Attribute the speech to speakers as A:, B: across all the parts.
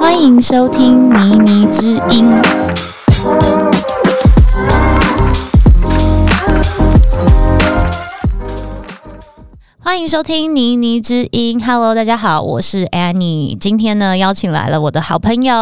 A: 欢迎收听《妮妮之音》。欢迎收听《妮妮之音》。Hello，大家好，我是 Annie。今天呢，邀请来了我的好朋友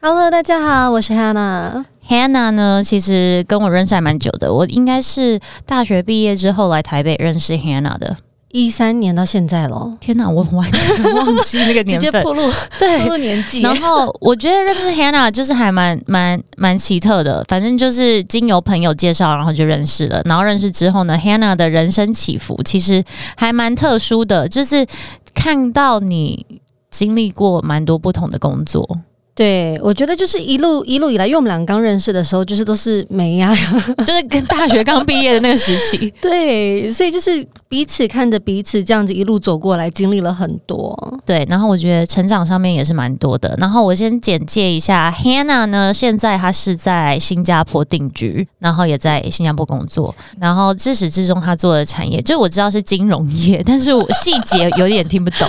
B: Hello，大家好，我是 Hannah。
A: Hannah 呢。其实跟我认识还蛮久的，我应该是大学毕业之后来台北认识 Hannah 的。
B: 一三年到现在咯，
A: 天哪，我很完全忘记那个 年份，
B: 露
A: 对
B: 暴，露年纪
A: 然后我觉得认识 Hannah 就是还蛮蛮蛮奇特的，反正就是经由朋友介绍，然后就认识了。然后认识之后呢，Hannah 的人生起伏其实还蛮特殊的，就是看到你经历过蛮多不同的工作。
B: 对，我觉得就是一路一路以来，因为我们俩刚认识的时候，就是都是没呀、，
A: 就是跟大学刚毕业的那个时期
B: 对，所以就是彼此看着彼此这样子一路走过来，经历了很多。
A: 对，然后我觉得成长上面也是蛮多的。然后我先简介一下 Hannah 呢，现在她是在新加坡定居，然后也在新加坡工作，然后至始至终她做的产业，就我知道是金融业，但是我细节有点听不懂。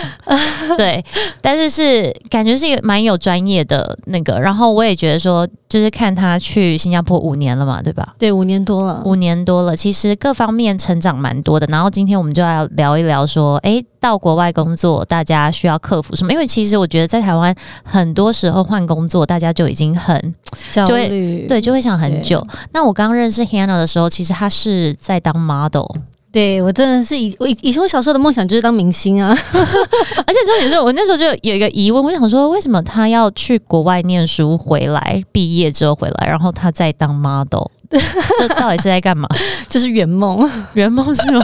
A: 对，但是是感觉是一个蛮有专业的那个。然后我也觉得说，就是看她去新加坡五年了嘛，对吧？
B: 对，五年多了，
A: 五年多了，其实各方面成长蛮多的。然后今天我们就来聊一聊说，诶，到国外工作大家需要克服什么？因为其实我觉得在台湾很多时候换工作，大家就已经很
B: 焦
A: 就会
B: 虑，
A: 对，就会想很久。那我刚认识 Hannah 的时候，其实她是在当 model，
B: 对我真的是以我以以前我小时候的梦想就是当明星啊，
A: 而且重点是我那时候就有一个疑问，我想说为什么她要去国外念书，回来毕业之后回来，然后她再当 model，这到底是在干 嘛？
B: 就是圆梦。
A: 圆梦是吗？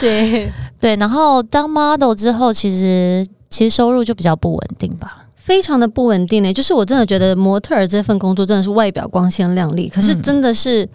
B: 对，
A: 对，然后当 model 之后，其实其实收入就比较不稳定吧。
B: 非常的不稳定呢、就是我真的觉得模特儿这份工作真的是外表光鲜亮丽，可是
A: 嗯
B: 真的是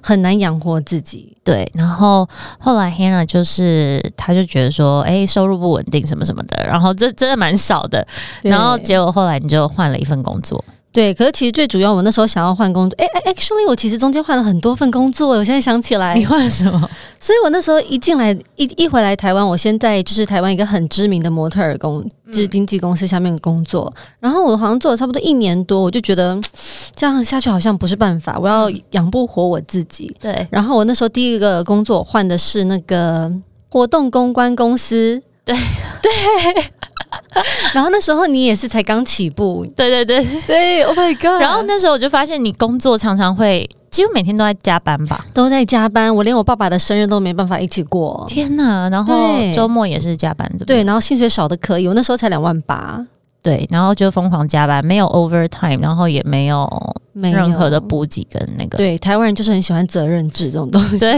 B: 很难养活自己。
A: 对，然后后来 Hannah 就是，她就觉得说，哎，收入不稳定什么什么的，然后这真的蛮少的。
B: 对
A: 然后结果后来你就换了一份工作，
B: 对，可是其实最主要，我那时候想要换工作。哎、哎 a c t u a l l y 我其实中间换了很多份工作，我现在想起来
A: 你，换了什么？
B: 所以我那时候一进来一一回来台湾，我先在就是台湾一个很知名的模特儿公，就是经纪公司下面工作。然后我好像做了差不多一年多，我就觉得 这样下去好像不是办法，我要养不活我自己。
A: 对
B: 然后我那时候第一个工作换的是那个活动公关公司，
A: 对
B: 对。 然后那时候你也是才刚起步，
A: 对对对。啊
B: 对，Oh my god！
A: 然后那时候我就发现，你工作常常会几乎每天都在加班吧？
B: 都在加班，我连我爸爸的生日都没办法一起过。
A: 天哪！然后
B: 对
A: 周末也是加班，对不
B: 对，
A: 对？
B: 然后薪水少的可以，我那时候才两万八，
A: 对，然后就疯狂加班，没有 overtime，然后也没有
B: 没有
A: 任何的。补给跟那个
B: 对，台湾人就是很喜欢责任制这种东西。
A: 对，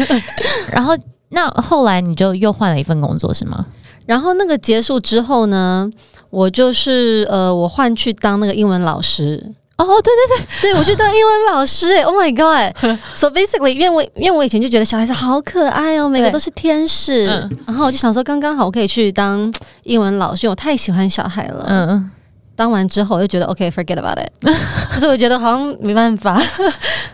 A: 然后那后来你就又换了一份工作是吗？
B: 然后那个结束之后呢，我就是呃，我换去当那个英文老师。
A: 哦，对对，
B: 对，我去当英文老师、哎 o h my god！So basically，因为我因为我以前就觉得小孩子好可爱哦，每个
A: 对
B: 都是天使，
A: 嗯
B: 然后我就想说，刚刚好我可以去当英文老师，因为我太喜欢小孩了。
A: 嗯嗯，
B: 当完之后，我就觉得 OK，forget、about it。可是 我觉得好像没办法，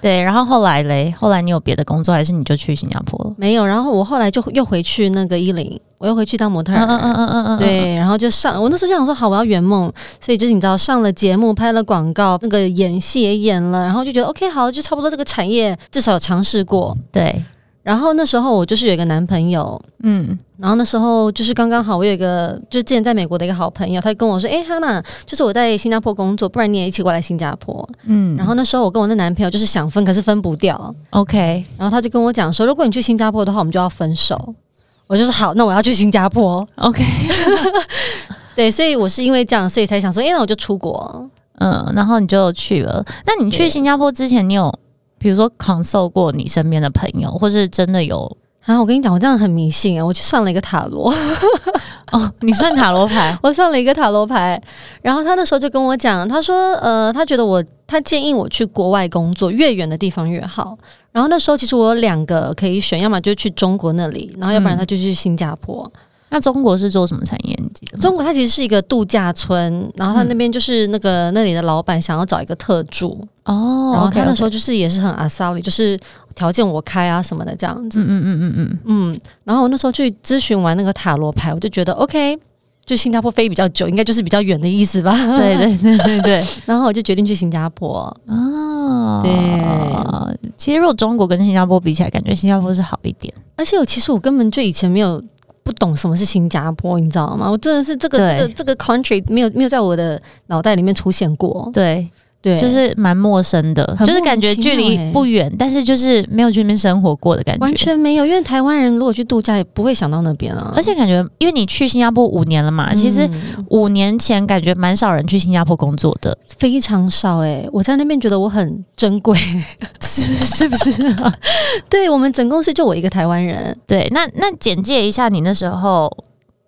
A: 对。然后后来嘞，后来你有别的工作，还是你就去新加坡了？
B: 没有。然后我后来就又回去那个一零，我又回去当模特儿。
A: 嗯嗯嗯嗯嗯嗯，
B: 对，然后就上，我那时候就想说，好，我要圆梦，所以就是你知道，上了节目，拍了广告，那个演戏也演了，然后就觉得 OK，好，就差不多这个产业至少有尝试过。
A: 对，
B: 然后那时候我就是有一个男朋友，
A: 嗯
B: 然后那时候就是刚刚好，我有一个就是之前在美国的一个好朋友，他就跟我说，诶，哈娜，就是我在新加坡工作，不然你也一起过来新加坡。
A: 嗯。
B: 然后那时候我跟我那男朋友就是想分，可是分不掉。
A: OK，
B: 然后他就跟我讲说，如果你去新加坡的话，我们就要分手。我就说好，那我要去新加坡。
A: OK
B: 对，所以我是因为这样，所以才想说，哎、那我就出国。
A: 嗯，然后你就去了。那你去
B: 对
A: 新加坡之前，你有比如说 consult 过你身边的朋友，或是真的有
B: 啊，我跟你讲，我这样很迷信啊！我去算了一个塔罗，
A: 哦？你算塔罗 牌
B: 我算了一个塔罗牌，然后他那时候就跟我讲，他说，呃，他觉得我，他建议我去国外工作，越远的地方越好。然后那时候其实我有两个可以选，要么就去中国那里，然后要不然
A: 嗯
B: 他就去新加坡。
A: 那中国是做什么产业？你记得吗？
B: 中国它其实是一个度假村，然后他那边就是那个、那里的老板想要找一个特助，
A: 哦，
B: 然后他那时
A: 候，
B: 候就是也是很阿萨里，就是条件我开啊什么的这样子。
A: 嗯嗯嗯嗯嗯，
B: 嗯，然后我那时候去咨询完那个塔罗牌，我就觉得 OK，就新加坡飞比较久，应该就是比较远的意思吧。
A: 对对对对对，
B: 然后我就决定去新加坡。
A: 哦，
B: 对，
A: 其实如果中国跟新加坡比起来，感觉新加坡是好一点。
B: 而且我其实我根本就以前没有不懂什么是新加坡，你知道吗？我真的是这个
A: 对
B: 这个这个 country 没有没有在我的脑袋里面出现过。
A: 对，
B: 对，
A: 就是蛮陌生的，
B: 很
A: 就是
B: 莫
A: 感觉
B: 名其
A: 距
B: 妙
A: 离
B: 欸
A: 不远，但是就是没有去那边生活过的感觉。
B: 完全没有，因为台湾人如果去度假也不会想到那边啊。
A: 而且感觉，因为你去新加坡五年了嘛，其实
B: 嗯
A: 五年前感觉蛮少人去新加坡工作的，
B: 非常少哎、我在那边觉得我很珍 贵。
A: 是是不是、
B: 对我们整公司就我一个台湾人，
A: 对，那那简介一下你那时候，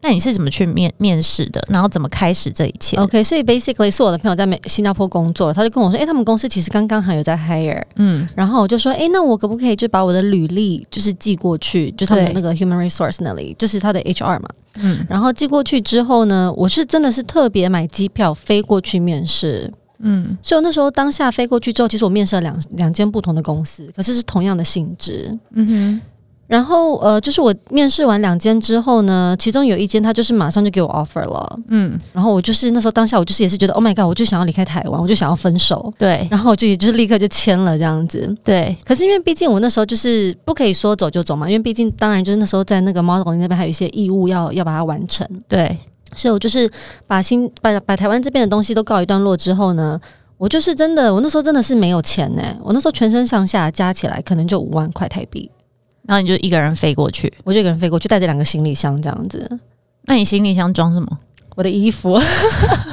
A: 那你是怎么去面面试的？然后怎么开始这一切？
B: OK，所以 basically 是我的朋友在美新加坡工作，他就跟我说，哎诶，他们公司其实刚刚还有在 hire，
A: 嗯，
B: 然后我就说，诶，那我可不可以就把我的履历就是寄过去，就他们的
A: 对
B: 那个 human resource 那里，就是他的 HR 嘛。
A: 嗯
B: 然后寄过去之后呢，我是真的是特别买机票飞过去面试，
A: 嗯，
B: 所以我那时候当下飞过去之后，其实我面试了两两间不同的公司，可是是同样的性质。
A: 嗯
B: 然后呃，就是我面试完两间之后呢，其中有一间他就是马上就给我 offer 了，
A: 哼，嗯，
B: 然后我就是那时候当下我就是也是觉得 Oh my god，我就想要离开台湾，我就想要分手，
A: 对
B: 然后我就也就是立刻就签了这样子。
A: 对，
B: 可是因为毕竟我那时候就是不可以说走就走嘛，因为毕竟当然就是那时候在那个猫头鹰那边还有一些义务要要把它完成，
A: 对，
B: 所以我就是把新把把台湾这边的东西都告一段落之后呢，我就是真的我那时候真的是没有钱呢、我那时候全身上下加起来可能就五万块台币，
A: 然后你就一个人飞过去，
B: 我就一个人飞过去带着两个行李箱这样子，
A: 那你行李箱装什么？
B: 我的衣服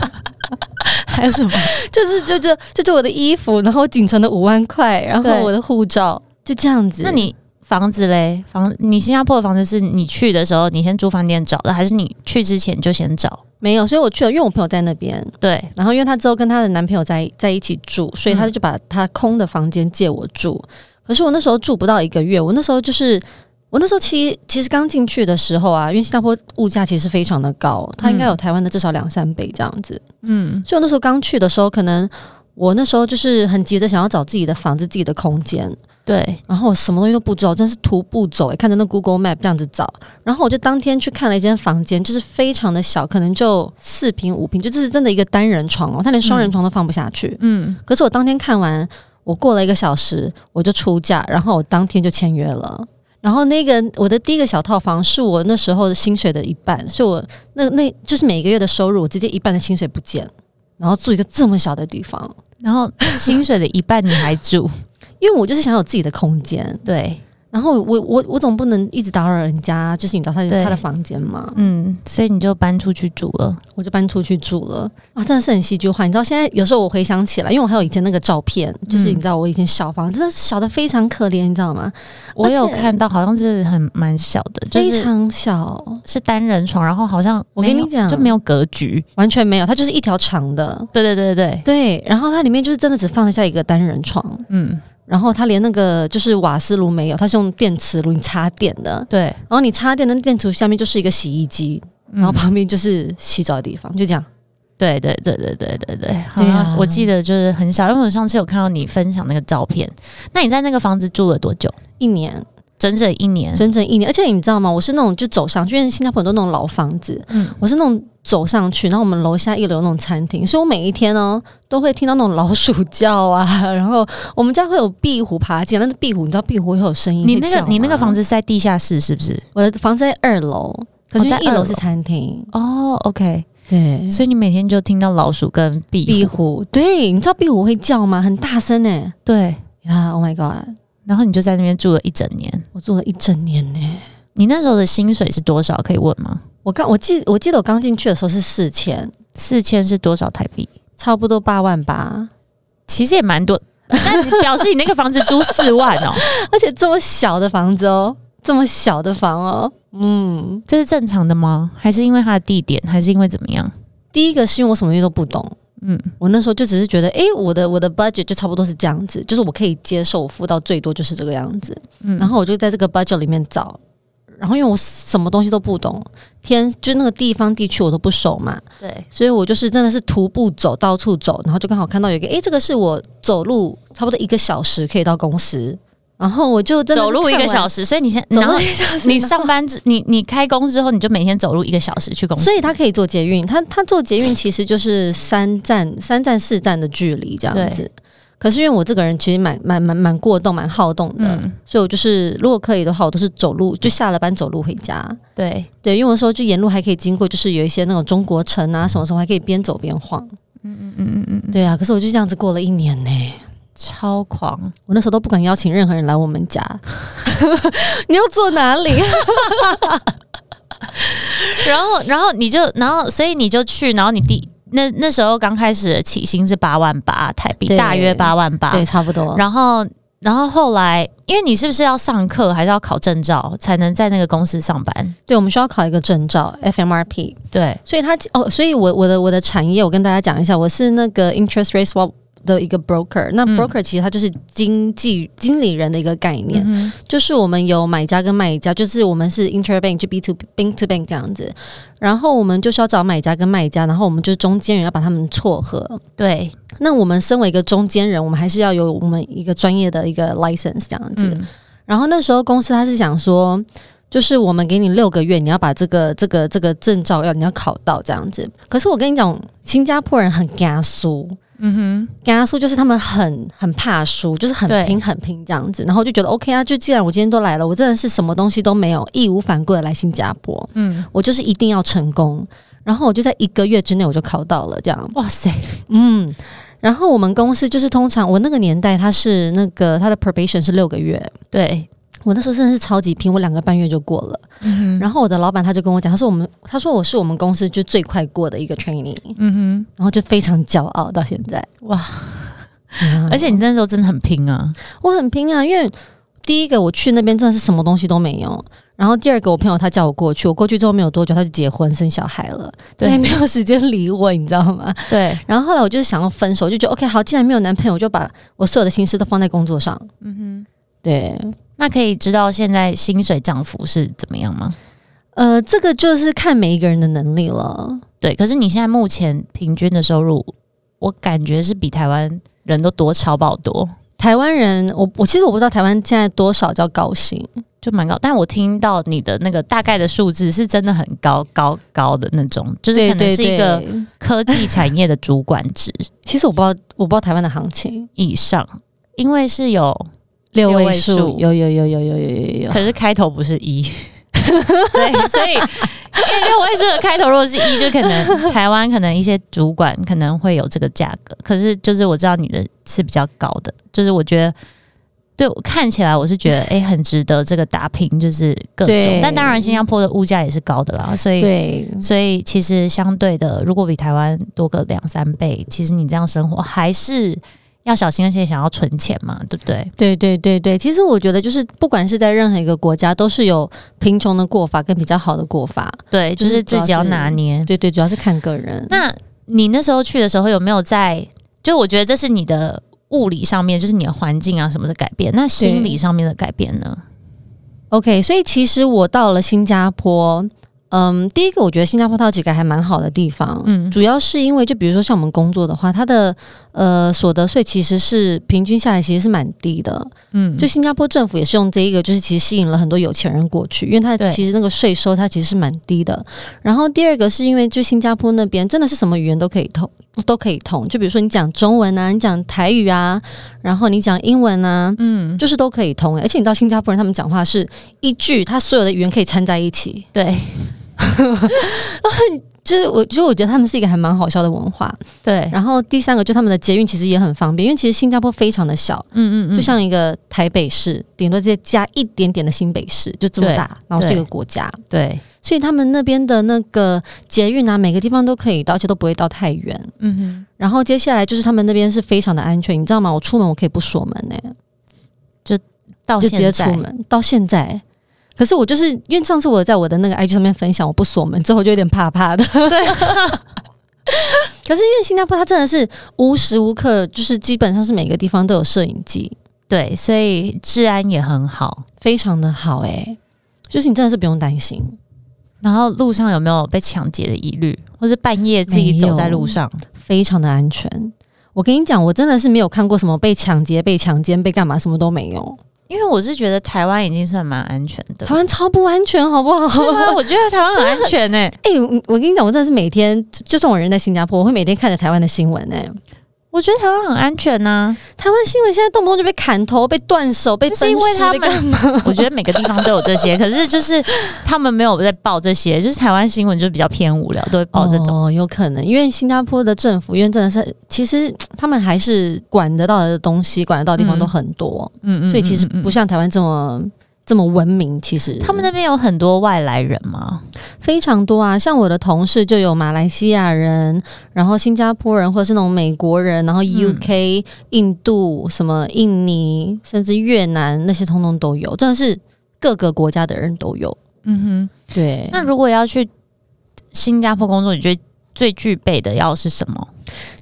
A: 还有什么？
B: 就是就就就是我的衣服，然后仅存的五万块，然后
A: 对
B: 我的护照就这样子。
A: 那你房子嘞？房你新加坡的房子是你去的时候你先住饭店找的，还是你去之前就先找？
B: 没有，所以我去了，因为我朋友在那边，
A: 对，
B: 然后因为她之后跟她的男朋友在在一起住，所以她
A: 嗯
B: 就把她空的房间借我住。可是我那时候住不到一个月，我那时候就是我那时候其其实刚进去的时候啊，因为新加坡物价其实非常的高，它应该有台湾的至少两三倍这样子。
A: 嗯
B: 所以我那时候刚去的时候，可能我那时候就是很急着想要找自己的房子、自己的空间，
A: 对，
B: 然后我什么东西都不知道，真是徒步走、欸，看着那 Google Map 这样子找。然后我就当天去看了一间房间，就是非常的小，可能就四平五平，就这是真的一个单人床哦，他连双人床都放不下去。
A: 嗯，
B: 可是我当天看完，我过了一个小时我就出价，然后我当天就签约了。然后那个我的第一个小套房是我那时候的薪水的一半，所以我那那就是每个月的收入，我直接一半的薪水不见，然后住一个这么小的地方，
A: 然后薪水的一半你还住，
B: 因为我就是想有自己的空间。
A: 对，
B: 然后我我我总不能一直打扰人家，就是你知道他的
A: 对
B: 他的房间嘛，
A: 嗯，所以你就搬出去住了，
B: 我就搬出去住了啊，真的是很戏剧化。你知道现在有时候我回想起来，因为我还有以前那个照片，就是
A: 嗯
B: 你知道我以前小房真的是小的非常可怜，你知道吗？
A: 我有
B: 而且
A: 看到，好像是很蛮小的，就
B: 非
A: 是
B: 常小，
A: 是单人床，然后好像
B: 我跟
A: 没
B: 你
A: 有
B: 讲
A: 就没有格局，
B: 完全没有，它就是一条长的。
A: 对对对对，
B: 对，然后它里面就是真的只放得下一个单人床，
A: 嗯，
B: 然后它连那个就是瓦斯炉没有，它是用电磁炉，你插电的。
A: 对，
B: 然后你插电的电磁炉下面就是一个洗衣机，
A: 嗯
B: 然后旁边就是洗澡的地方，就这样。
A: 对对对对对对对，好
B: 对
A: 像
B: 啊
A: 我记得就是很小，因为我上次有看到你分享那个照片，那你在那个房子住了多久？
B: 一年，
A: 整整一年，
B: 整整一年。而且你知道吗？我是那种就走上去，因为新加坡很多那种老房子，
A: 嗯
B: 我是那种走上去，然后我们楼下一楼有那种餐厅，所以我每一天呢都会听到那种老鼠叫啊， 然后我们家会有壁虎爬进来，但是壁虎你知道壁虎会有声音，
A: 你
B: 会
A: 那个
B: 叫
A: 你那个
B: 吗
A: 房子是在地下室是不是？
B: 我的房子在二楼，可是因
A: 哦在
B: 为一
A: 二楼
B: 楼是餐厅，
A: 哦，OK，
B: 对
A: 所以你每天就听到老鼠跟嗯壁
B: 壁
A: 虎，
B: 虎，对，你知道壁虎会叫吗？很大声哎、
A: 对，
B: 呀、o h my god！
A: 然后你就在那边住了一整年。
B: 我住了一整年呢、
A: 你那时候的薪水是多少？可以问吗？
B: 我刚我记我记得我刚进去的时候是四千，
A: 四千是多少台币？
B: 差不多八万八，
A: 其实也蛮多，但你表示你那个房子租四万 哦，
B: 而且这么小的房子哦，这么小的房哦，嗯，
A: 这是正常的吗？还是因为它的地点，还是因为怎么样？
B: 第一个是因为我什么东西都不懂，
A: 嗯，
B: 我那时候就只是觉得，诶，我的我的 budget 就差不多是这样子，就是我可以接受，我付到最多就是这个样子，
A: 嗯
B: 然后我就在这个 budget 里面找，然后因为我什么东西都不懂，天就那个地方地区我都不熟嘛，
A: 对，
B: 所以我就是真的是徒步走，到处走，然后就刚好看到有一个，诶，这个是我走路差不多一个小时可以到公司，然后我就真的
A: 走路一个小
B: 时，
A: 时，所以你先，
B: 走
A: 然
B: 路
A: 后
B: 一个小 时，
A: 你
B: 然后
A: 上班之，你你开工之后，你就每天走路一个小时去公司，
B: 所以他可以坐捷运，他他坐捷运其实就是三站、三站、四站的距离这样子。可是因为我这个人其实蛮蛮蛮蛮过动、蛮好动的，
A: 嗯，
B: 所以我就是如果可以的话，我都是走路，就下了班走路回家。
A: 对，
B: 对，因为我说就沿路还可以经过，就是有一些那种中国城啊什么什么，还可以边走边晃。嗯嗯嗯嗯嗯，对啊。可是我就这样子过了一年呢、
A: 超狂，
B: 我那时候都不敢邀请任何人来我们 家。你要坐哪里？啊
A: 然后然后你就然后所以你就去，然后你第那那时候刚开始的起薪是八万八台币，
B: 对
A: 大约八万八，
B: 对，差不多。
A: 然后然后后来，因为你是不是要上课，还是要考证照才能在那个公司上班？
B: 对，我们需要考一个证照 FMRP。
A: 对，
B: 所以它哦，所以我我的我的产业，我跟大家讲一下，我是那个 interest rate swap 的一个 broker。那
A: 嗯
B: broker 其实它就是经纪经理人的一个概念，
A: 嗯哼
B: 就是我们有买家跟卖家，就是我们是 interbank 就 B to bank to bank 这样子，然后我们就是要找买家跟卖家，然后我们就是中间人要把他们撮合。
A: 对，
B: 那我们身为一个中间人，我们还是要有我们一个专业的一个 license 这样子。
A: 嗯
B: 然后那时候公司他是想说，就是我们给你六个月，你要把这个这个这个证照要你要考到这样子。可是我跟你讲，新加坡人很嘎输，
A: 嗯哼，
B: 嘎输就是他们很很怕输，就是很
A: 对
B: 拼很拼这样子。然后就觉得 OK 啊，就既然我今天都来了，我真的是什么东西都没有，义无反顾的来新加坡，
A: 嗯，
B: 我就是一定要成功。然后我就在一个月之内我就考到了这样。
A: 哇塞，
B: 嗯，然后我们公司就是通常我那个年代，它是那个它的 probation 是六个月，
A: 对，
B: 我那时候真的是超级拼，我两个半月就过了。
A: 嗯
B: 然后我的老板他就跟我讲，他说我们，他说我是我们公司就最快过的一个 training，
A: 哼，嗯
B: 然后就非常骄傲到现在。
A: 哼，哇，
B: 嗯
A: 而且你那时候真的很拼 啊，
B: 我很拼啊，因为第一个我去那边真的是什么东西都没有。然后第二个，我朋友他叫我过去，我过去之后没有多久，他就结婚生小孩了，
A: 对
B: 他也没有时间理我，你知道吗？
A: 对，
B: 然后后来我就是想要分手，就觉得 OK，好，既然没有男朋友，我就把我所有的心思都放在工作上。
A: 嗯哼。
B: 对，
A: 那可以知道现在薪水涨幅是怎么样吗？
B: 呃，这个就是看每一个人的能力了。
A: 对，可是你现在目前平均的收入，我感觉是比台湾人都多超爆多，
B: 台湾人，我我其实我不知道台湾现在多少叫高薪，
A: 就蛮高。但我听到你的那个大概的数字是真的很高高高的那种，就是
B: 对
A: 可能
B: 对
A: 是一
B: 对。
A: 个科技产业的主管职
B: 其实我不知道，我不知道台湾的行情，
A: 以上，因为 是有，
B: 六
A: 位
B: 位
A: 数
B: 数，有有有有有有有有。
A: 可是开头不是一。 对，所以因为六位数的开头如果是一，就可能台湾可能一些主管可能会有这个价格，可是就是我知道你的是比较高的，就是我觉得对我看起来我是觉得哎、诶很值得这个打拼，就是各种
B: 对，
A: 但当然新加坡的物价也是高的啦，所以
B: 对，
A: 所以其实相对的，如果比台湾多个两三倍，其实你这样生活还是要小心，而且想要存钱嘛，对不对？
B: 对对对对，其实我觉得就是不管是在任何一个国家，都是有贫穷的过法跟比较好的过法。
A: 对，就
B: 就是是
A: 自己要拿捏。
B: 对对，主要是看个人。
A: 那你那时候去的时候有没有在？就我觉得这是你的物理上面，就是你的环境啊什么的改变，那心理上面的改变呢？
B: OK，所以其实我到了新加坡，嗯，第一个我觉得新加坡它有几个还蛮好的地方，
A: 嗯
B: 主要是因为就比如说像我们工作的话，它的呃所得税其实是平均下来其实是蛮低的，
A: 嗯，
B: 就新加坡政府也是用这一个，就是其实吸引了很多有钱人过去，因为它
A: 对
B: 其实那个税收它其实是蛮低的。然后第二个是因为就新加坡那边真的是什么语言都可以通，都可以通，就比如说你讲中文啊，你讲台语啊，然后你讲英文啊，
A: 嗯，
B: 就是都可以通、欸而且你知道新加坡人他们讲话是一句，他所有的语言可以掺在一起，
A: 对
B: 就是我就是我觉得他们是一个还蛮好笑的文化。
A: 对，
B: 然后第三个就他们的捷运其实也很方便，因为其实新加坡非常的小，
A: 嗯
B: 就像一个台北市，顶多再加一点点的新北市，就这么
A: 对
B: 大，然后是一个国家，
A: 对，
B: 所以他们那边的那个捷运啊，每个地方都可以到，而且都不会到太远。
A: 嗯哼，
B: 然后接下来就是他们那边是非常的安全，你知道吗？我出门我可以不锁门呢、
A: 到
B: 就直
A: 现
B: 接出
A: 在
B: 门。到现在，可是我就是因为上次我在我的那个 IG 上面分享，我不锁门之后就有点怕怕的。对。 可是因为新加坡，它真的是无时无刻，就是基本上是每个地方都有摄影机，
A: 对，所以治安也很好。
B: 非常的好诶、就是你真的是不用担心。
A: 然后路上有没有被抢劫的疑虑，或是半夜自己走在路上？
B: 非常的安全。我跟你讲，我真的是没有看过什么被抢劫、被强奸、被干嘛，什么都没有。
A: 因为我是觉得台湾已经算蛮安全的，
B: 台湾超不安全，好不好？
A: 是 吗？我觉得台湾很安全呢、欸
B: 哎、我我跟你讲，我真的是每天，就就算我人在新加坡，我会每天看着台湾的新闻哎、
A: 我觉得台湾很安全呐、
B: 台湾新闻现在动不动就被砍头、被断手、被
A: 那
B: 分
A: 是因为
B: 尸
A: 他
B: 被
A: 们
B: 干嘛？
A: 我觉得每个地方都有这些，可是就是他们没有在报这些，就是台湾新闻就比较偏无聊，都会报这种。
B: 哦，有可能，因为新加坡的政府，因为真的是，其实他们还是管得到的东西，管得到的地方
A: 嗯
B: 都很多，
A: 嗯嗯，
B: 所以其实
A: 嗯嗯嗯
B: 不像台湾这么这么文明。其实
A: 他们那边有很多外来人嘛，
B: 非常多啊，像我的同事就有马来西亚人，然后新加坡人，或者是那种美国人，然
A: 嗯
B: 后 UK、印度、什么印尼，甚至越南那些，通通都有，真的是各个国家的人都有。
A: 嗯
B: 对
A: 哼，，那如果要去新加坡工作，你觉得最具备的要是什么？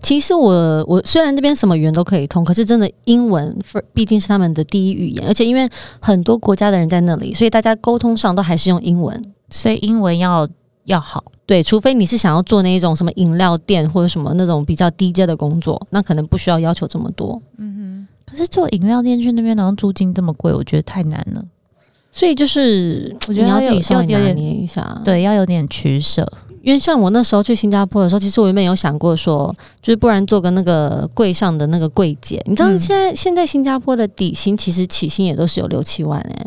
B: 其实我我虽然这边什么语言都可以通，可是真的英文毕竟是他们的第一语言，而且因为很多国家的人在那里，所以大家沟通上都还是用英文。
A: 所以英文要要好，
B: 对，除非你是想要做那一种什么饮料店或者什么那种比较低阶的工作，那可能不需要要求这么多。
A: 可是做饮料店去那边，然后租金这么贵，我觉得太难了。
B: 所以就是
A: 我觉得
B: 你要
A: 要
B: 自己
A: 有
B: 稍微
A: 要有
B: 拿
A: 点
B: 捏一下。，
A: 对，要有点取舍。
B: 因为像我那时候去新加坡的时候，其实我原本有想过说，就是不然做个那个柜上的那个柜姐。你知道
A: 嗯
B: 现在、现在新加坡的底薪其实起薪也都是有六七万哎、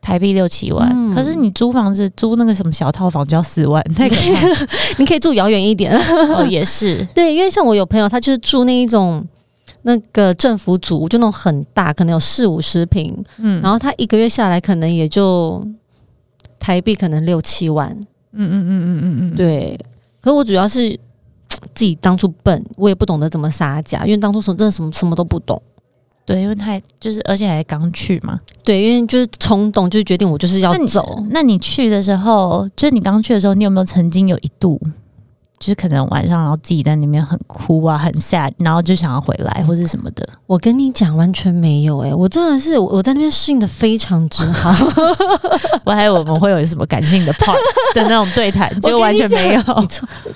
A: 台币六七万，
B: 嗯
A: 可是你租房子租那个什么小套房就要四 万，太可怕
B: 你可以住遥远一点。
A: 了。哦，也是，
B: 对，因为像我有朋友，他就是住那一种那个政府组，就那种很大，可能有四五十平，
A: 嗯，
B: 然后他一个月下来可能也就台币可能六七万，
A: 嗯嗯嗯嗯嗯嗯，
B: 对。可我主要是自己当初笨，我也不懂得怎么杀价，因为当初什么真的什么什么都不懂。
A: 对，因为太就是，而且还刚去嘛。
B: 对，因为就是冲动，就是决定我就是要
A: 那你
B: 走。
A: 那你去的时候，就是你刚去的时候，你有没有曾经有一度，就是可能晚上然后自己在那边很哭啊，很 sad，然后就想要回来或是什么 的？
B: 我跟你讲，完全没有诶、我真的是我我在那边适应的非常之好。
A: 我还以为我们会有什么感性的 part 的那种对谈，结果完全 没有。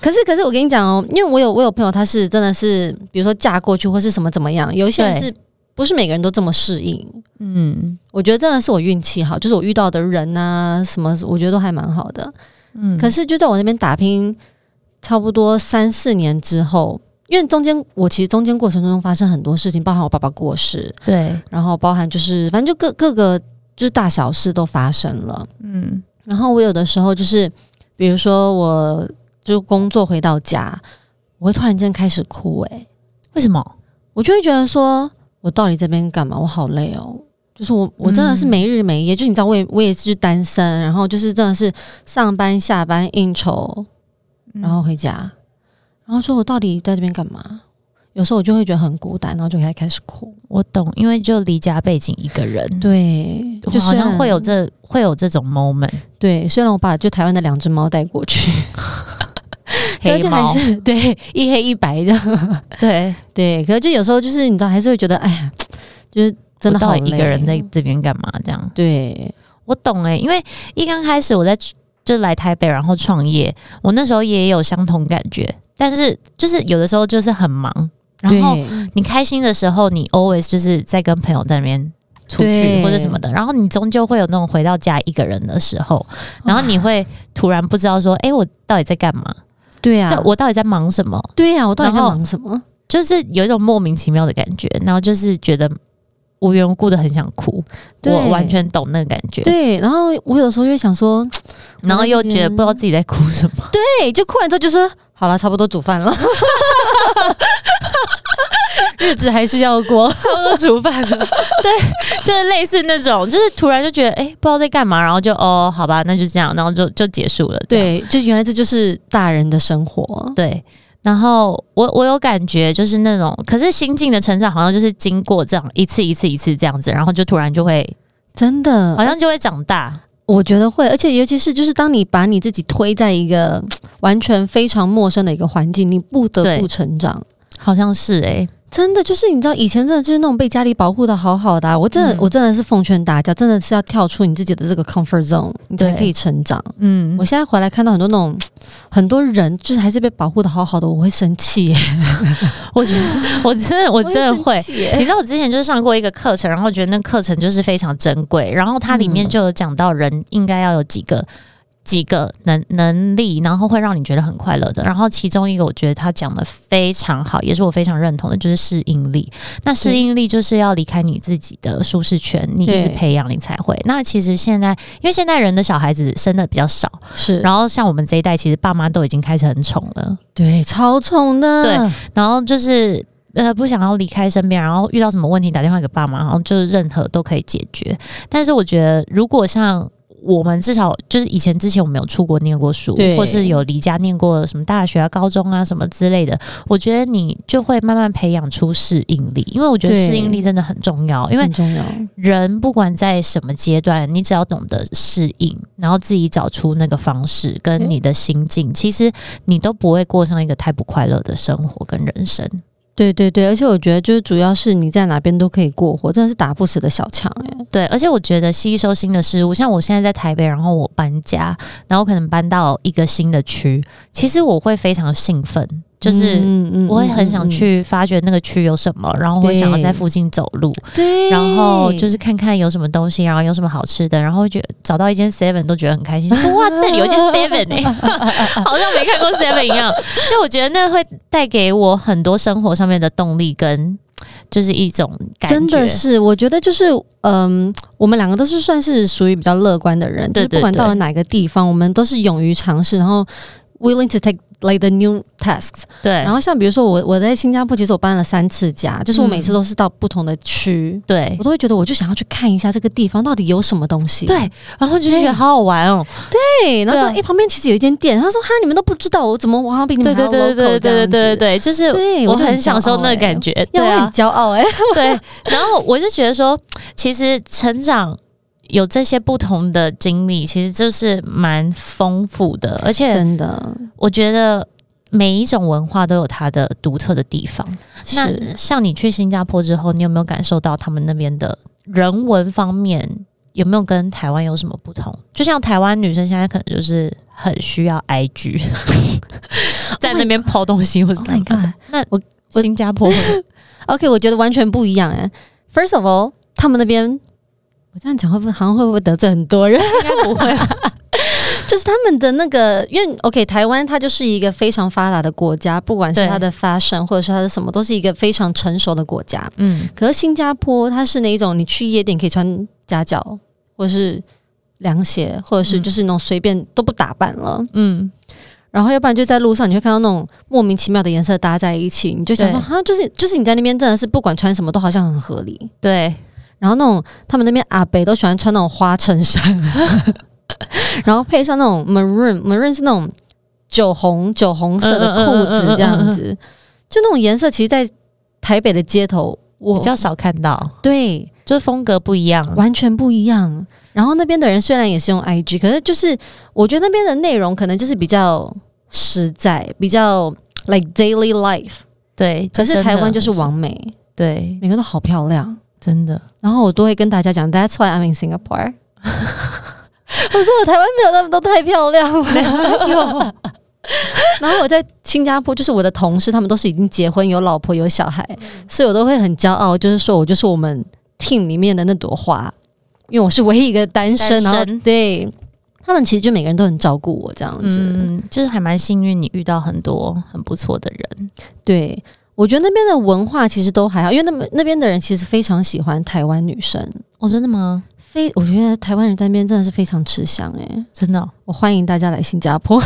B: 可是，可是我跟你讲哦，因为我有我有朋友，他是真的是，比如说嫁过去或是什么怎么样，有一些人
A: 对
B: 是不是每个人都这么适应？
A: 嗯
B: 我觉得真的是我运气好，就是我遇到的人啊，什么我觉得都还蛮好的。
A: 嗯，
B: 可是就在我那边打拼差不多三四年之后，因为中间我其实中间过程中发生很多事情，包含我爸爸过世，
A: 对，
B: 然后包含就是反正就各各个就是大小事都发生了。
A: 嗯
B: 然后我有的时候就是，比如说我就工作回到家，我会突然间开始哭、欸，
A: 为什么？
B: 我就会觉得说，我到底这边干嘛？我好累哦。就是我，我真的是
A: 嗯
B: 没日没夜。就你知道，我也我也是单身，然后就是真的是上班、下班、应酬，
A: 嗯
B: 然后回家，然后说我到底在这边干嘛？有时候我就会觉得很孤单，然后就开开始哭。
A: 我懂，因为就离家背景一个人，
B: 对，
A: 嗯我
B: 就
A: 好
B: 虽然
A: 像会有这会有这种 moment，
B: 对，虽然我把就台湾的两只猫带 过去，可
A: 黑
B: 是就
A: 猫
B: 还是 对一黑一白这样。
A: 对，
B: 对，可是就有时候就是你知道，还是会觉得哎呀，就是真的
A: 我到
B: 好
A: 底一个人在
B: 累
A: 这边干嘛？这样
B: 对，
A: 我懂欸诶、因为一刚开始我在就来台北，然后创业，我那时候也有相同感觉，但是就是有的时候就是很忙，然后
B: 对
A: 你开心的时候，你 always 就是在跟朋友在那边。出去
B: 对
A: 或者什么的，然后你终究会有那种回到家一个人的时候，然后你
B: 啊
A: 会突然不知道说，哎、我到底在干嘛？
B: 对啊，
A: 就我到底在忙什么？
B: 对啊呀、我到底在
A: 然后
B: 忙什么？
A: 就是有一种莫名其妙的感觉，然后就是觉得无缘无故的很想哭，
B: 对
A: 我完全懂那个感觉，
B: 对，然后我有时候就会想说，
A: 然后又觉得不知道自己在哭什么，
B: 对，就哭完之后就说，好了，差不多煮 饭了，日子还是要过。
A: 差不多煮饭了，对， 就是类似那种，就是突然就觉得哎、不知道在干嘛，然后就哦，好吧，那就这样，然后就就结束了，这样
B: 对，就原来这就是大人的生活。
A: 对。然后我我有感觉，就是那种，可是心境的成长好像就是经过这样一次一次一次这样子，然后就突然就会，
B: 真的，
A: 好像就会长大。
B: 我觉得会，而且尤其是就是当你把你自己推在一个完全非常陌生的一个环境，你不得
A: 对
B: 不成长。
A: 好像是哎、诶
B: 真的就是你知道，以前真的就是那种被家里保护的好好的啊、我真的、
A: 嗯
B: 我真的是奉劝大家，真的是要跳出你自己的这个 comfort zone，你才
A: 对
B: 可以成长。
A: 嗯
B: 我现在回来看到很多那种很多人就是还是被保护的好好的，我会生气耶，
A: 我觉得我真的 我真的会
B: 生。气耶
A: 你知道我之前就是上过一个课程，然后觉得那课程就是非常珍贵，然后它里面就有讲到人应该要有几个。几个能能力，然后会让你觉得很快乐的。然后其中一个，我觉得他讲的非常好，也是我非常认同的，就是适应力。那适应力就是要离开你自己的舒适圈，你一直
B: 对
A: 培养，你才会。那其实现在，因为现在人的小孩子生的比较少，
B: 是，
A: 然后像我们这一代，其实爸妈都已经开始很宠了。
B: 对，超宠的，
A: 对然后就是呃不想要离开身边，然后遇到什么问题打电话给爸妈，然后就是任何都可以解决。但是我觉得，如果像我们至少就是以前之前我们有出国念过书
B: 对，
A: 或是有离家念过什么大学啊、高中啊什么之类的，我觉得你就会慢慢培养出适应力，因为我觉得
B: 对
A: 适应力真的很重要，因为
B: 很重要，
A: 人不管在什么阶段，你只要懂得适应，然后自己找出那个方式跟你的心境，其实你都不会过上一个太不快乐的生活跟人生。
B: 对对对，而且我觉得就是主要是你在哪边都可以过活，真的是打不死的小强哎、
A: 对，而且我觉得吸收新的事物，像我现在在台北，然后我搬家，然后可能搬到一个新的区，其实我会非常兴奋，就是
B: 嗯嗯
A: 我会很想，
B: 嗯嗯
A: 去发掘那个区有什么，然后会想要在附近走路，
B: 嗯对，
A: 然后就是看看有什么东西，然啊后有什么好吃的，然后觉得找到一间 Seven 都觉得很开心，说哇，这里有一间 Seven 哎、 好像没看过 Seven 一样。就我觉得那会带给我很多生活上面的动力跟就是一种感觉，
B: 真的是，我觉得就是，嗯，我们两个都是算是属于比较乐观的人，
A: 对
B: 就是不管
A: 对对
B: 到了哪个地方，我们都是勇于尝试，然后 willing to take like the new tasks。
A: 对，
B: 然后像比如说我我在新加坡，其实我搬了三次家，就是我每次都是到不同的区，
A: 对
B: 我。都会觉得我就想要去看一下这个地方到底有什么东西。
A: 对，然后就
B: 哎
A: 觉得好好玩哦。
B: 对，然后说哎、
A: 对啊
B: 诶旁边其实有一间店，他说哈你们都不知道，我怎么我好像比你们还要 local 这样
A: 对
B: 子。哎
A: 对，就是
B: 对
A: 我
B: 就
A: 很享受那个感
B: 觉，
A: 觉。
B: 欸要
A: 对
B: 我很
A: 啊，
B: 骄傲哎、
A: 对。然后我就觉得说，其实成长有这些不同的经历，其实就是蛮丰富的，而且
B: 真的
A: 我觉得。每一种文化都有它的独特的地方。那
B: 是
A: 像你去新加坡之后，你有没有感受到他们那边的人文方面有没有跟台湾有什么不同？就像台湾女生现在可能就是很需要 IG，在那边抛东西或者
B: Oh
A: 干
B: my
A: 嘛
B: god！
A: 的。那
B: 我
A: 我 新加坡
B: OK，我觉 得完全不一样哎、First of all，他们那边我这样讲会不会好像会不会得罪很多人？
A: 该不会吧？
B: 就是他们的那个，因为 OK，台湾它就是一个非常发达的国家，不管是
A: 对
B: 它的 fashion 或者是它的什么，都是一个非常成熟的国家。
A: 嗯，
B: 可是新加坡它是那一种，你去夜店可以穿夹脚，或是凉鞋，或者是
A: 嗯
B: 就是那种随便都不打扮了。
A: 嗯，
B: 然后要不然就在路上你会看到那种莫名其妙的颜色搭在一起，你就想说
A: 对
B: 哈，就是就是你在那边真的是不管穿什么都好像很合理。
A: 对，
B: 然后那种他们那边阿北都喜欢穿那种花衬衫， 然后配上那种 maroon maroon 是那种酒红酒红色的裤
A: 嗯嗯嗯嗯
B: 子
A: 嗯
B: 这样子，就那种颜色，其实，在台北的街头，
A: 比
B: 我
A: 较少看到，
B: 对
A: 就是风格不一样。
B: 完全不一样。然后那边的人虽然也是用 IG，可是就是我觉得那边的内容可能就是比较实在，比较 like daily life。
A: 对，
B: 可是
A: 真的
B: 台湾就是完美，
A: 对，
B: 每个都好漂亮。
A: 真的。
B: 然后我都会跟大家讲，That's why I'm in Singapore 。 我说我台湾没有那么多太漂亮了。然后我在新加坡，就是我的同事，他们都是已经结婚、有老婆、有小孩，
A: 嗯
B: 所以我都会很骄傲，就是说我就是我们 team 里面的那朵花，因为我是唯一一个单
A: 单
B: 身。
A: 身
B: 然后对他们其实就每个人都很照顾我这样子。
A: 嗯，就是还蛮幸运，你遇到很多很不错的人。
B: 对我觉得那边的文化其实都还好，因为那么那边的人其实非常喜欢台湾女生，
A: 哦，真的吗？
B: 非我觉得台湾人在那边真的是非常吃香诶、
A: 真 的哦、
B: 我欢迎大家来新加坡，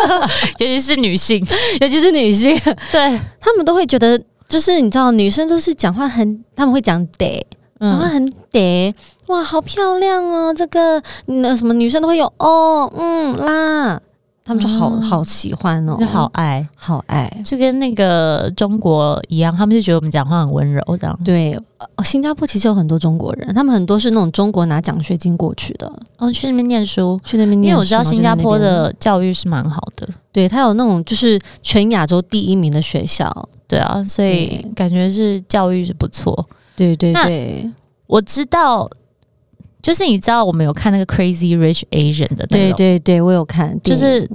A: 尤其是女性，
B: 尤其是女性，
A: 对，
B: 她们都会觉得，就是你知道，女生都是讲话很，她们会讲得，讲话
A: 嗯，
B: 很得，哇，好漂亮哦，这个那什么女生都会有哦，嗯啦，她们就好、
A: 嗯
B: 好喜欢哦，
A: 就好爱，
B: 好爱。
A: 就跟那个中国一样，他们就觉得我们讲话很温柔，这样。
B: 对，哦，新加坡其实有很多中国人，他们很多是那种中国拿奖学金过去的，
A: 哦，去那边念书，
B: 去那边
A: 因
B: 念书。啊
A: 为我知道
B: 然后就
A: 新
B: 在
A: 加
B: 那
A: 坡
B: 边，
A: 的教育是蛮好的，
B: 对他有那种就是全亚洲第一名的学校，
A: 对啊，所以
B: 对
A: 感觉是教育是不错。
B: 对对
A: 那
B: 对，
A: 我知道，就是你知道我们有看那个 Crazy Rich Asian 的那
B: 对
A: 种，
B: 对对，我有看，
A: 就是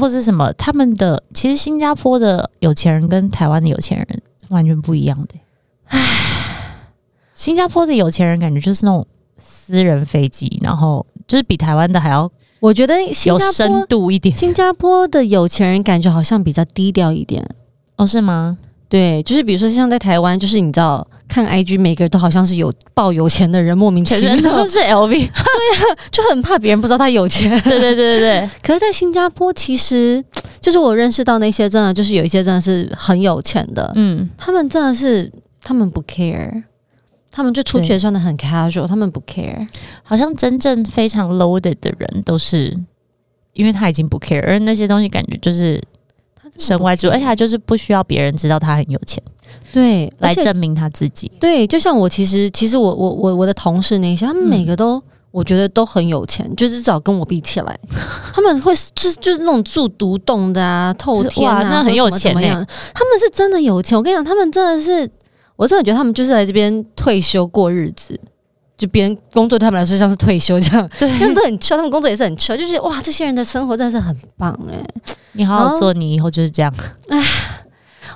A: 或者什么，他们的其实新加坡的有钱人跟台湾的有钱人是完全不一样的、新加坡的有钱人感觉就是那种私人飞机，然后就是比台湾的还要
B: 我觉得新
A: 有
B: 加
A: 深
B: 坡
A: 度一点。
B: 新加坡的有钱人感觉好像比较低调一点。
A: 哦，是吗？
B: 对，就是比如说像在台湾，就是你知道看 IG，每个人都好像是有爆有钱的人，莫名其
A: 全身
B: 妙
A: 都是 LV。
B: 就很怕别人不知道他有钱。
A: 对对对对 对，
B: 可是，在新加坡，其实就是我认识到那些真的就是有一些真的是很有钱的，
A: 嗯，
B: 他们真的是他们不 care，他们就出去
A: 对
B: 也穿的很 casual，他们不 care。
A: 好像真正非常 loaded 的人都是，因为他已经不 care，而那些东西感觉就是身外
B: 嗯
A: 之物，而哎且他就是不需要别人知道他很有钱
B: 对，而
A: 来
B: 且
A: 证明他自己。
B: 对，就像我其实其实我我我我的同事那些，他们
A: 嗯
B: 每个都、我觉得都很有钱，就是至少跟我比起来，他们会就是就是那种住独栋的啊，透
A: 就是
B: 天
A: 哇
B: 啊，
A: 那
B: 或
A: 很有
B: 什么怎
A: 钱
B: 么
A: 欸
B: 样？他们是真的有钱，我跟你讲，他们真的是，我真的觉得他们就是来这边退休过日子。就别人工作对他们来说像是退休这样，
A: 对
B: 他们都很 chill，他们工作也是很 chill，就觉得哇，这些人的生活真的是很棒哎、
A: 你好好做，你以后就是这样。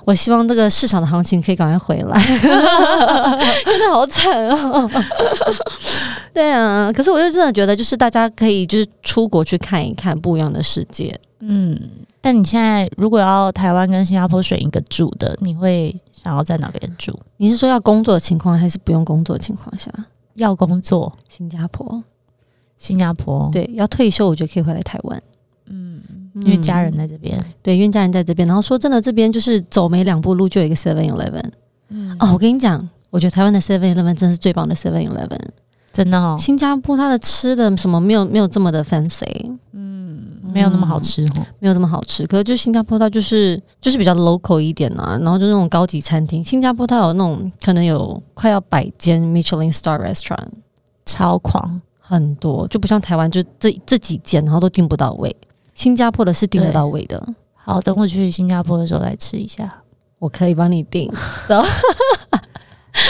B: 我希望这个市场的行情可以赶快回 来，真的好惨 哦。对啊，可是我就真的觉得，就是大家可以就是出国去看一看不一样的世界。
A: 嗯，但你现在如果要台湾跟新加坡选一个住的，你会想要在哪边住？
B: 你是说要工作的情况，还是不用工作的情况下？
A: 要工作，
B: 新加坡，
A: 新加坡，，
B: 对，要退休，我觉得可以回来台湾，
A: 嗯，因为家人在这边，
B: 对，因为家人在这边。然后说真的，这边就是走没两步路就有一个 Seven Eleven。
A: 嗯，
B: 哦，我跟你讲，我觉得台湾的 Seven Eleven 真是最棒的 Seven Eleven。
A: 真的哦，
B: 新加坡它的吃的什么没有没有这么的 fancy，
A: 没有那么好吃哦。
B: 没有这么好吃。可是就新加坡它就是就是比较 local 一点啊，然后就那种高级餐厅。新加坡它有那种可能有快要百间 Michelin Star Restaurant，
A: 超狂，
B: 很多就不像台湾就这这几间，然后都订不到位。新加坡的是订得
A: 对
B: 到位的，
A: 好，等我去新加坡的时候来吃一下。
B: 我可以帮你 订。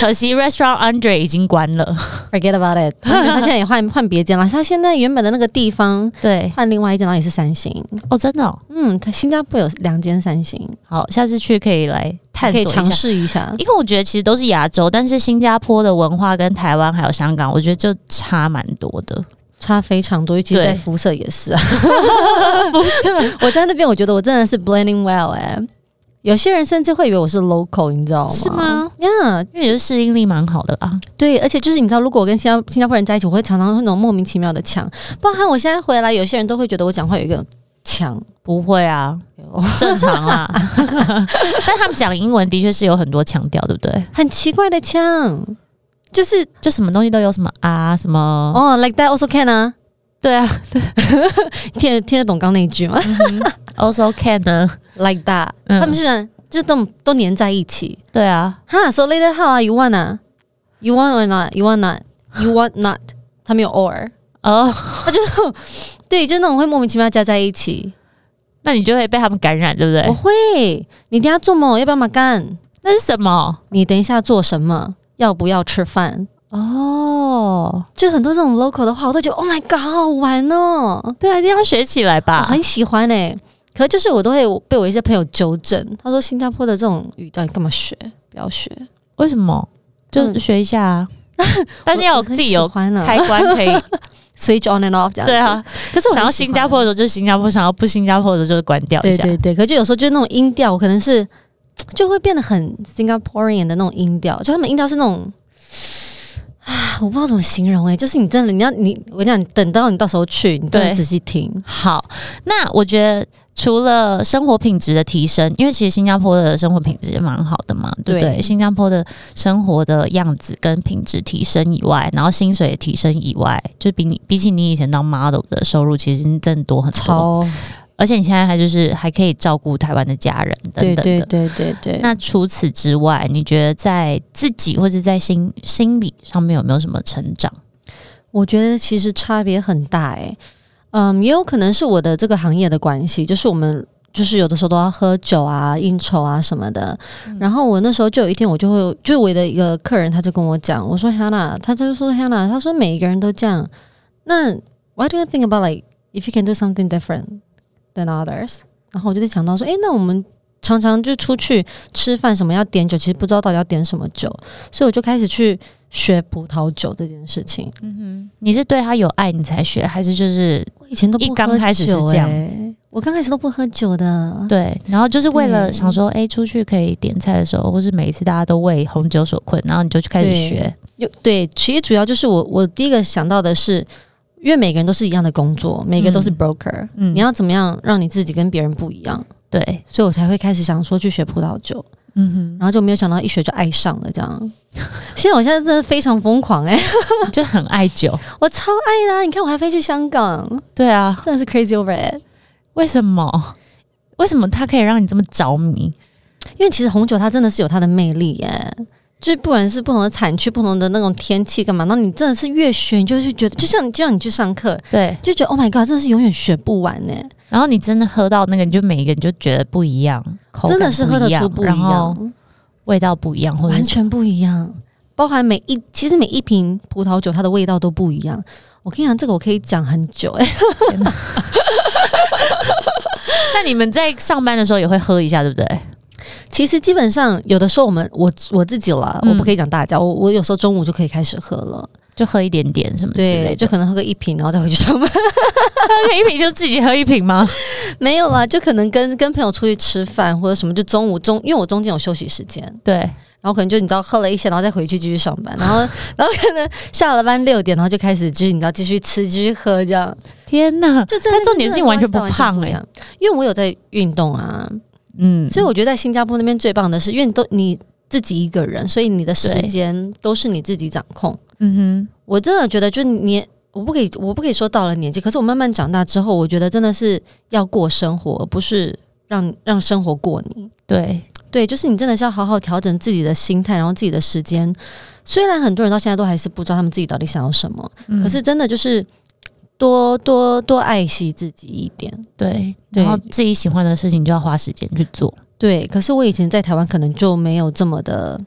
A: 可惜 Restaurant Andre 已经关了。
B: Forget about it，他现在也换换别间了。他现在原本的那个地方
A: 对，
B: 换另外一间，然后也是三星。
A: 哦，真的、哦，
B: 嗯，他新加坡有两间三星，
A: 好，下次去可以来探
B: 可
A: 索
B: 以
A: 一下
B: 尝。试一下。
A: 因为我觉得其实都是亚洲，但是新加坡的文化跟台湾还有香港，我觉得就差蛮多的。
B: 差非常多，尤其是
A: 对
B: 在肤色也 是啊。 我在那边，我觉得我真的是 blending well 哎、有些人甚至会以为我是 local，你知道吗？
A: 是吗？
B: 呀、
A: 哦因为你的适应力蛮好的啦。
B: 对，而且就是你知道，如果我跟新加新加坡人在一起，我会常常会那种莫名其妙的腔，包含我现在回来，有些人都会觉得我讲话有一个腔。
A: 不会啊，
B: 哎
A: 正常 啦。但他们讲英文的确是有很多强调，对不对？
B: 很奇怪的腔，就是
A: 就什么东西都有什么啊，什么、
B: 哦、l i k e that also can 啊，
A: 对啊
B: 听得听得懂刚那一句吗
A: ，also can 呢，
B: ？Like that，、
A: 嗯
B: 他们是不是就都都粘在一起？
A: 对啊，
B: 哈，so later how are you want a you want or not you want not you want not，他没有 or，
A: 哦，
B: 对，就那种会莫名其妙加在一起。
A: 那你就会被他们感染，对不
B: 我
A: 对？
B: 会，你等一下做梦要不要马干？
A: 那是什么？
B: 你等一下做什么？要不要吃饭？
A: 哦，
B: 就很多这种 local 的话，我都觉得 Oh my God，好好玩哦，
A: 对啊，一定要学起来
B: 我
A: 吧。
B: 很喜欢哎、可是就是我都会被我一些朋友纠正，他说新加坡的这种语调你干嘛学？不要学，
A: 为什么？就
B: 嗯
A: 学一下 啊，但是要有自己有
B: 欢啊
A: 开关可以。
B: switch on and off 这样。
A: 对，啊，
B: 可是我很
A: 想要
B: 喜
A: 新
B: 欢
A: 加坡的时候就新加坡，想要不新加坡的时候就关掉一
B: 对
A: 下。
B: 对对，可就有时候就是那种音调，我可能是就会变得很 Singaporean 的那种音调，就他们音调是那种 啊，我不知道怎么形容哎、就是你真的你要你我跟你讲，你等到你到时候去，你真
A: 对
B: 的仔细听。
A: 好，那我觉得除了生活品质的提升，因为其实新加坡的生活品质也蛮好的嘛，对不对？
B: 对
A: 新加坡的生活的样子跟品质提升以外，然后薪水也提升以外，就比你比起你以前当 model 的收入，其实真的多很多。
B: 超
A: 而且你现在还就是还可以照顾台湾的家人等
B: 对
A: 等的。
B: 对对对对，
A: 那除此之外，你觉得在自己或者在心心理上面有没有什么成长？
B: 我觉得其实差别很大诶、嗯，也有可能是我的这个行业的关系，就是我们就是有的时候都要喝酒啊、应酬啊什么的。然后我那时候就有一天，我就会就是我的一个客人，他就跟我讲，我说 Hannah，他就说 Hannah，他说每一个人都这样，那 Why do you think about like if you can do something different？ than others。然后我就在想到说，诶，那我们常常就出去吃饭什么要点酒，其实不知道到底要点什么酒，所以我就开始去学葡萄酒这件事情。
A: 你是对他有爱你才学，还是就是
B: 我以前都不
A: 一
B: 喝
A: 刚开始是
B: 酒
A: 这样
B: 诶我刚开始都不喝酒的。
A: 对？然后就是为了
B: 对
A: 想说，哎、出去可以点菜的时候，或是每一次大家都为红酒所困，然后你就去开始
B: 对
A: 学。
B: 有对，其实主要就是我我第一个想到的是，因为每个人都是一样的工作，每个都是
A: 嗯
B: broker，、
A: 嗯
B: 你要怎么样让你自己跟别人不一样？
A: 对，
B: 所以我才会开始想说去学葡萄酒，
A: 嗯
B: 然后就没有想到一学就爱上了这样。 现在我现在真的非常疯狂哎、
A: 哼，就很爱 酒。
B: 我超爱的啊、你看我还飞去香港，
A: 对啊，
B: 真的是 crazy over it。
A: 为什么？为什么它可以让你这么着迷？
B: 因为其实红酒它真的是有它的魅力耶、就是不管是不同的产区、不同的那种天气干嘛，那你真的是越学，你就是觉得，就像你就像你去上课，
A: 对，
B: 就觉得 Oh my God，真的是永远学不完呢、
A: 然后你真的喝到那个，你就每一个人就觉得不一样，口
B: 真的
A: 感
B: 是喝得出不一
A: 然后
B: 样，
A: 味道不一样，或者
B: 完
A: 是
B: 全不一样。包含每一，其实每一瓶葡萄酒它的味道都不一样。我跟你讲，这个我可以讲很久哎、
A: 那你们在上班的时候也会喝一下，对不对？
B: 其实基本上有的时候我们我我自己了，
A: 嗯
B: 我不可以讲大家，我我有时候中午就可以开始喝了，
A: 就喝一点点什么之类
B: 对，
A: 的，
B: 就可能喝个一瓶，然后再回去上班。
A: 喝一瓶就自己喝一瓶吗？
B: 没有啦，就可能跟跟朋友出去吃饭或者什么，就中午中，因为我中间有休息时间，
A: 对，
B: 然后可能就你知道喝了一些，然后再回去继续上班，然后 然后可能下了班六点，然后就开始就是你知道继续吃继续喝这样，
A: 天哪！
B: 就真的
A: 但重点是你完全不胖
B: 哎、
A: 欸
B: 因为我有在运动啊，
A: 嗯，
B: 所以我觉得在新加坡那边最棒的是，因为你都你自己一个人，所以你的时
A: 对
B: 间都是你自己掌控。
A: 嗯
B: 我真的觉得，就是你，我不可以，我不可以说到了年纪，可是我慢慢长大之后，我觉得真的是要过生活，而不是让让生活过你。
A: 哼，对，
B: 对，就是你真的是要好好调整自己的心态，然后自己的时间。虽然很多人到现在都还是不知道他们自己到底想要什么，
A: 嗯
B: 可是真的就是多多多爱惜自己一点。
A: 对，
B: 对
A: 然后自己喜欢的事情就要花时间去做。
B: 对，可是我以前在台湾可能就没有这么的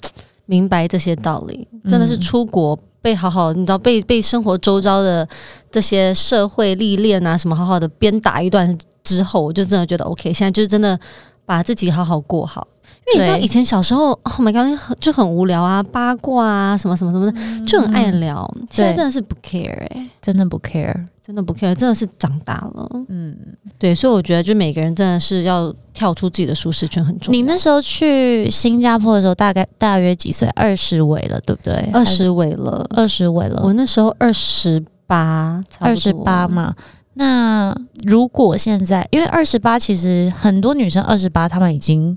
B: 明白这些道理，真的是
A: 嗯
B: 出国被好好，你知道被被生活周遭的这些社会历练啊什么好好的鞭打一段之后，我就真的觉得 OK，现在就是真的把自己好好过好。因为你知道
A: 对
B: 以前小时候，Oh my god，很就很无聊啊，八卦啊，什么什么什么的，就很爱聊。现在
A: 嗯对
B: 真的是不 care 哎、
A: 真的不 care，
B: 真的不 care，真的是长大了。
A: 嗯，
B: 对，所以我觉得就每个人真的是要跳出自己的舒适圈很重要。
A: 你那时候去新加坡的时候，大概大约几岁？二十尾了，对不对？
B: 二十尾了，
A: 二十尾了
B: 我，那时候二十八，
A: 二十八
B: 嘛，
A: 嘛。那如果现在，因为二十八，其实很多女生二十八，她们已经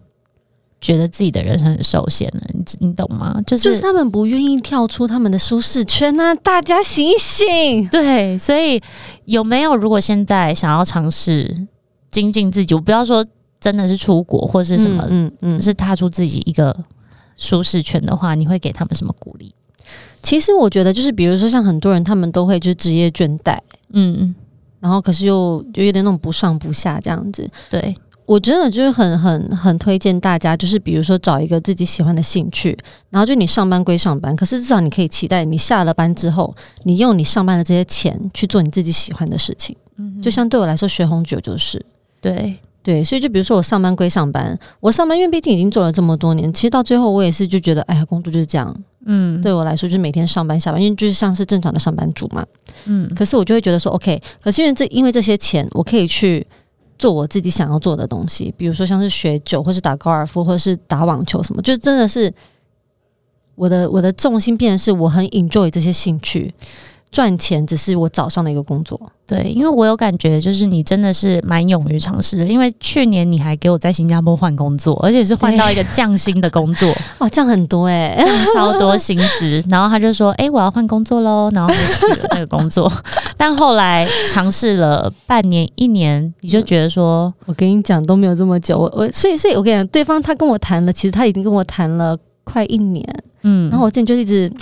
A: 觉得自己的人生很受限了，你你懂吗？就是、
B: 就是他们不愿意跳出他们的舒适圈啊！大家醒一醒，
A: 对，所以有没有如果现在想要尝试精进自己，我不要说真的是出国或是什么，
B: 嗯嗯嗯
A: 是踏出自己一个舒适圈的话，你会给他们什么鼓励？
B: 其实我觉得就是，比如说像很多人，他们都会就是职业倦怠，
A: 嗯，
B: 然后可是又就有点那种不上不下这样子。
A: 对，
B: 我真的就是很很很推荐大家，就是比如说找一个自己喜欢的兴趣，然后就你上班归上班，可是至少你可以期待你下了班之后，你用你上班的这些钱去做你自己喜欢的事情。就像对我来说，学红酒就是。
A: 对，
B: 对，所以就比如说我上班归上班，我上班因为毕竟已经做了这么多年，其实到最后我也是就觉得，哎呀，工作就是这样。
A: 嗯，
B: 对我来说，就是每天上班下班，因为就是像是正常的上班族嘛。
A: 嗯，
B: 可是我就会觉得说，OK，可是因为这因为这些钱，我可以去做我自己想要做的东西，比如说像是学酒，或是打高尔夫，或是打网球什么，就真的是我的我的重心变成是我很 enjoy 这些兴趣，赚钱只是我早上的一个工作。
A: 对，因为我有感觉，就是你真的是蛮勇于尝试的。因为去年你还给我在新加坡换工作，而且是换到一个降薪的工 作，
B: 哇，这样很多哎、
A: 降超多薪资。然后他就说：“哎、我要换工作喽。”然后就去了那个工作。 但后来尝试了半年、一年，你就觉得说，
B: 我跟你讲都没有这么久，我我所以所以我跟你讲，对方他跟我谈了，其实他已经跟我谈了快一年，
A: 嗯，
B: 然后我之前就一直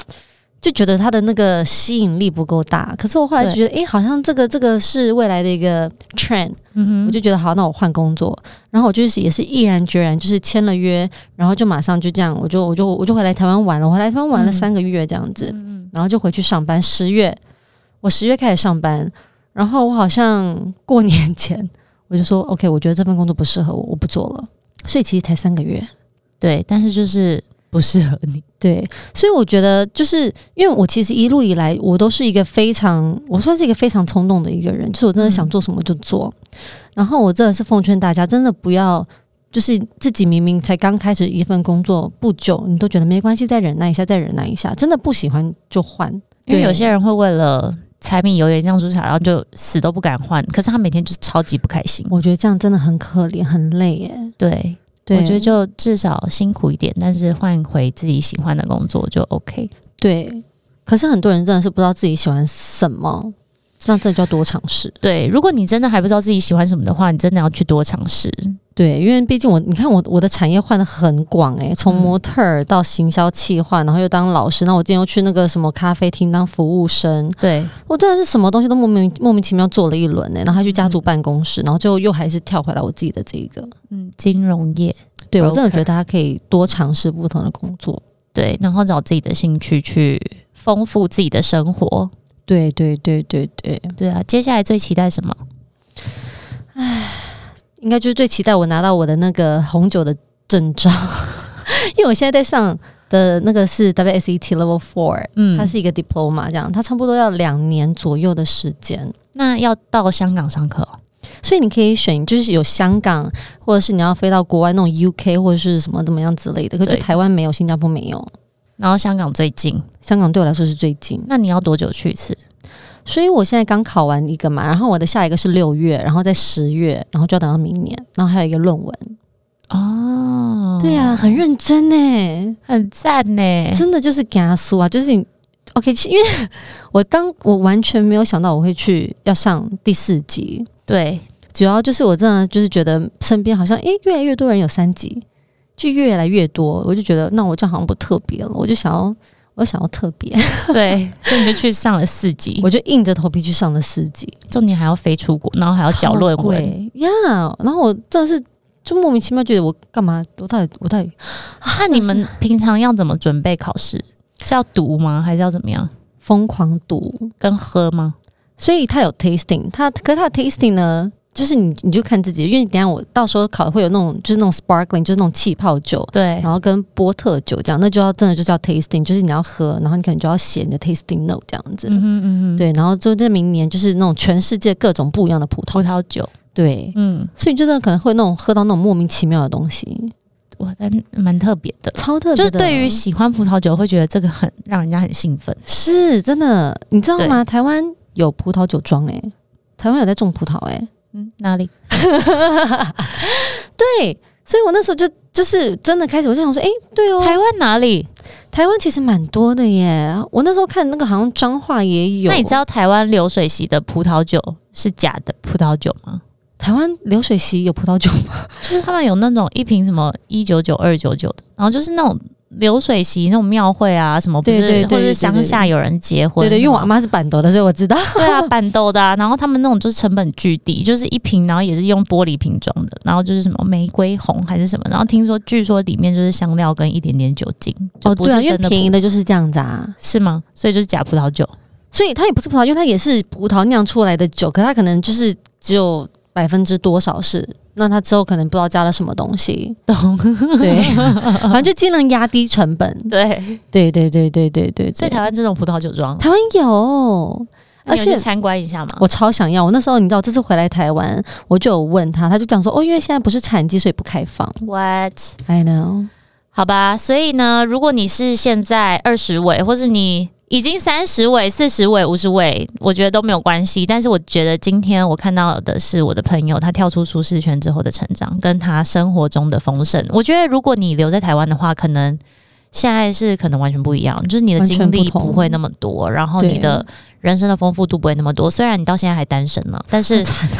B: 就觉得他的那个吸引力不够大，可是我后来就觉得，诶，好像这个这个是未来的一个 trend，、
A: 嗯哼
B: 我就觉得好，那我换工作，然后我就是也是毅然决然，就是签了约，然后就马上就这样，我就我就我就回来台湾玩了，我回来台湾玩了
A: 嗯
B: 三个月这样子，然后就回去上班，十月我十月开始上班，然后我好像过年前。 我就说 OK，我觉得这份工作不适合我，我不做了。所以其实才三个月，
A: 对，但是就是不适合你。
B: 对，所以我觉得就是因为我其实一路以来我都是一个非常，我算是一个非常冲动的一个人，就是我真的
A: 嗯
B: 想做什么就做。然后我真的是奉劝大家，真的不要就是自己明明才刚开始一份工作不久，你都觉得没关系，再忍耐一下，再忍耐一下，真的不喜欢就换。
A: 因为
B: 对
A: 有些人会为了柴米油盐酱醋茶，然后就死都不敢换，可是他每天就是超级不开心。
B: 我觉得这样真的很可怜，很累耶。
A: 对，
B: 对，
A: 我觉得就至少辛苦一点，但是换回自己喜欢的工作就 OK。
B: 对。可是很多人真的是不知道自己喜欢什么，那真的就要多尝试。
A: 对，如果你真的还不知道自己喜欢什么的话，你真的要去多尝试。
B: 对，因为毕竟我，你看我我的产业换的很广诶、
A: 嗯
B: 从模特儿到行销企划，然后又当老师，那我今天又去那个什么咖啡厅当服务生，
A: 对，
B: 我真的是什么东西都莫名莫名其妙做了一轮诶、欸然后还去家族办公室，然后最后又还是跳回来我自己的这一个。
A: 嗯，金融业
B: 对我
A: Broker
B: 真的觉得大家可以多尝试不同的工作。
A: 对，然后找自己的兴趣去丰富自己的生活。
B: 对对对对对，
A: 对啊，接下来最期待什么？
B: 应该就是最期待我拿到我的那个红酒的证照， 因为我现在在上的那个是 WSET Level Four。
A: 嗯
B: 它是一个 diploma 这样，它差不多要两年左右的时间，
A: 那要到香港上课哦、
B: 所以你可以选，就是有香港，或者是你要飞到国外那种 UK 或者是什么怎么样之类的，可是
A: 对
B: 就台湾没有，新加坡没有，
A: 然后香港最近，
B: 香港对我来说是最近，
A: 那你要多久去一次？
B: 所以我现在刚考完一个嘛，然后我的下一个是六月，然后在十月，然后就要等到明年，然后还有一个论文，
A: 哦，哎
B: 对呀、很认真呢，
A: 很赞呢。
B: 真的就是给他输啊，就是你 OK，其因为 我当我完全没有想到我会去要上第四集，
A: 对，
B: 主要就是我真的就是觉得身边好像诶、越来越多人有三级，就越来越多，我就觉得那我这样好像不特别了，我就想要我想要特别，
A: 对，所以你就去上了四级，
B: 我就硬着头皮去上了四级，
A: 重点还要飞出国，然后还要
B: 超
A: 缴论文，
B: 贵呀然后我真的是就莫名其妙觉得我干嘛，我到底我到底
A: 那你们平常要怎么准备考试？是要读吗？还是要怎么样？
B: 疯狂读，
A: 跟喝吗？
B: 所以他有 tasting，他可是他的 tasting 呢？就是你，你就看自己，因为等一下我到时候考会有那种，就是那种 sparkling，就是那种气泡酒，
A: 对，
B: 然后跟波特酒这样，那就要真的就是要 tasting，就是你要喝，然后你可能就要写你的 tasting note 这样子。
A: 嗯哼嗯哼，
B: 对，然后就这明年就是那种全世界各种不一样的葡
A: 葡，
B: 萄
A: 萄酒，
B: 对，
A: 嗯，
B: 所以就真的可能会那种喝到那种莫名其妙的东西，
A: 哇，但蛮特别的。
B: 超特
A: 就
B: 别
A: 是
B: 的。
A: 对于喜欢葡萄酒，会觉得这个很让人家很兴奋。
B: 是真的，你知道吗？台湾有葡萄酒庄哎、台湾有在种葡萄哎、
A: 嗯，哪里？
B: 对，所以我那时候就就是真的开始我就想说，哎、对哦，
A: 台湾哪里？
B: 台湾其实蛮多的耶。我那时候看那个好像彰化也有，
A: 那你知道台湾流水席的葡萄酒是假的葡萄酒吗？
B: 台湾流水席有葡萄酒吗？
A: 就是他们有那种一瓶什么一九九二九九的，然后就是那种流水席那种庙会啊，什么不是，
B: 对对对
A: 或者
B: 对对
A: 是乡下有人结婚，啊
B: 对对，因为我阿
A: 妈
B: 妈是板斗的，所以我知道。
A: 对 啊板豆的、啊，然后他们那种就是成本巨低，就是一瓶，然后也是用玻璃瓶装的，然后就是什么玫瑰红还是什么，然后听说据说里面就是香料跟一点点酒精，就
B: 哦，
A: 不是
B: 对啊，因为
A: 真的
B: 便宜
A: 葡
B: 的就是这样子啊，
A: 是吗？所以就是假葡萄酒，
B: 所以它也不是葡萄，因为它也是葡萄酿出来的酒，可它可能就是只有百分之多少是，那它之后可能不知道加了什么东西，
A: 懂？
B: 对， 反正就尽量压低成本。
A: 对，
B: 对对对对对对
A: 所以台湾这种葡萄酒庄，
B: 台湾有，
A: 那 你有
B: 而且
A: 去参观一下吗？
B: 我超想要。我那时候你知道，我这次回来台湾，我就有问他，他就讲说，哦，因为现在不是产季，所以不开放。
A: What？
B: I know，
A: 好吧，所以呢，如果你是现在二十尾，或是你已经三十尾、四十尾、五十尾，我觉得都没有关系。但是我觉得今天我看到的是我的朋友，他跳出舒适圈之后的成长，跟他生活中的丰盛。我觉得如果你留在台湾的话，可能现在是可能完全不一样，就是你的
B: 完全
A: 经历
B: 不同
A: 不会那么多，然后你
B: 对
A: 的人生的丰富度不会那么多。虽然你到现在还单身呢，但是
B: 很惨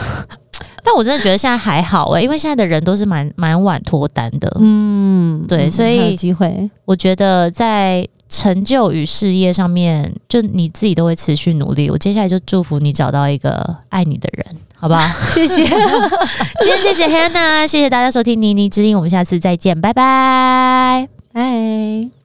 A: 但我真的觉得现在还好欸诶、因为现在的人都是蛮蛮晚脱单的，
B: 嗯，
A: 对
B: 嗯
A: 所以
B: 还有机会，
A: 我觉得在成就与事业上面，就你自己都会持续努力。我接下来就祝福你找到一个爱你的人，好不好？
B: 谢 谢。
A: 今天谢谢 Hannah，谢谢大家收听《妮妮之音》，我们下次再见，拜拜。
B: 拜。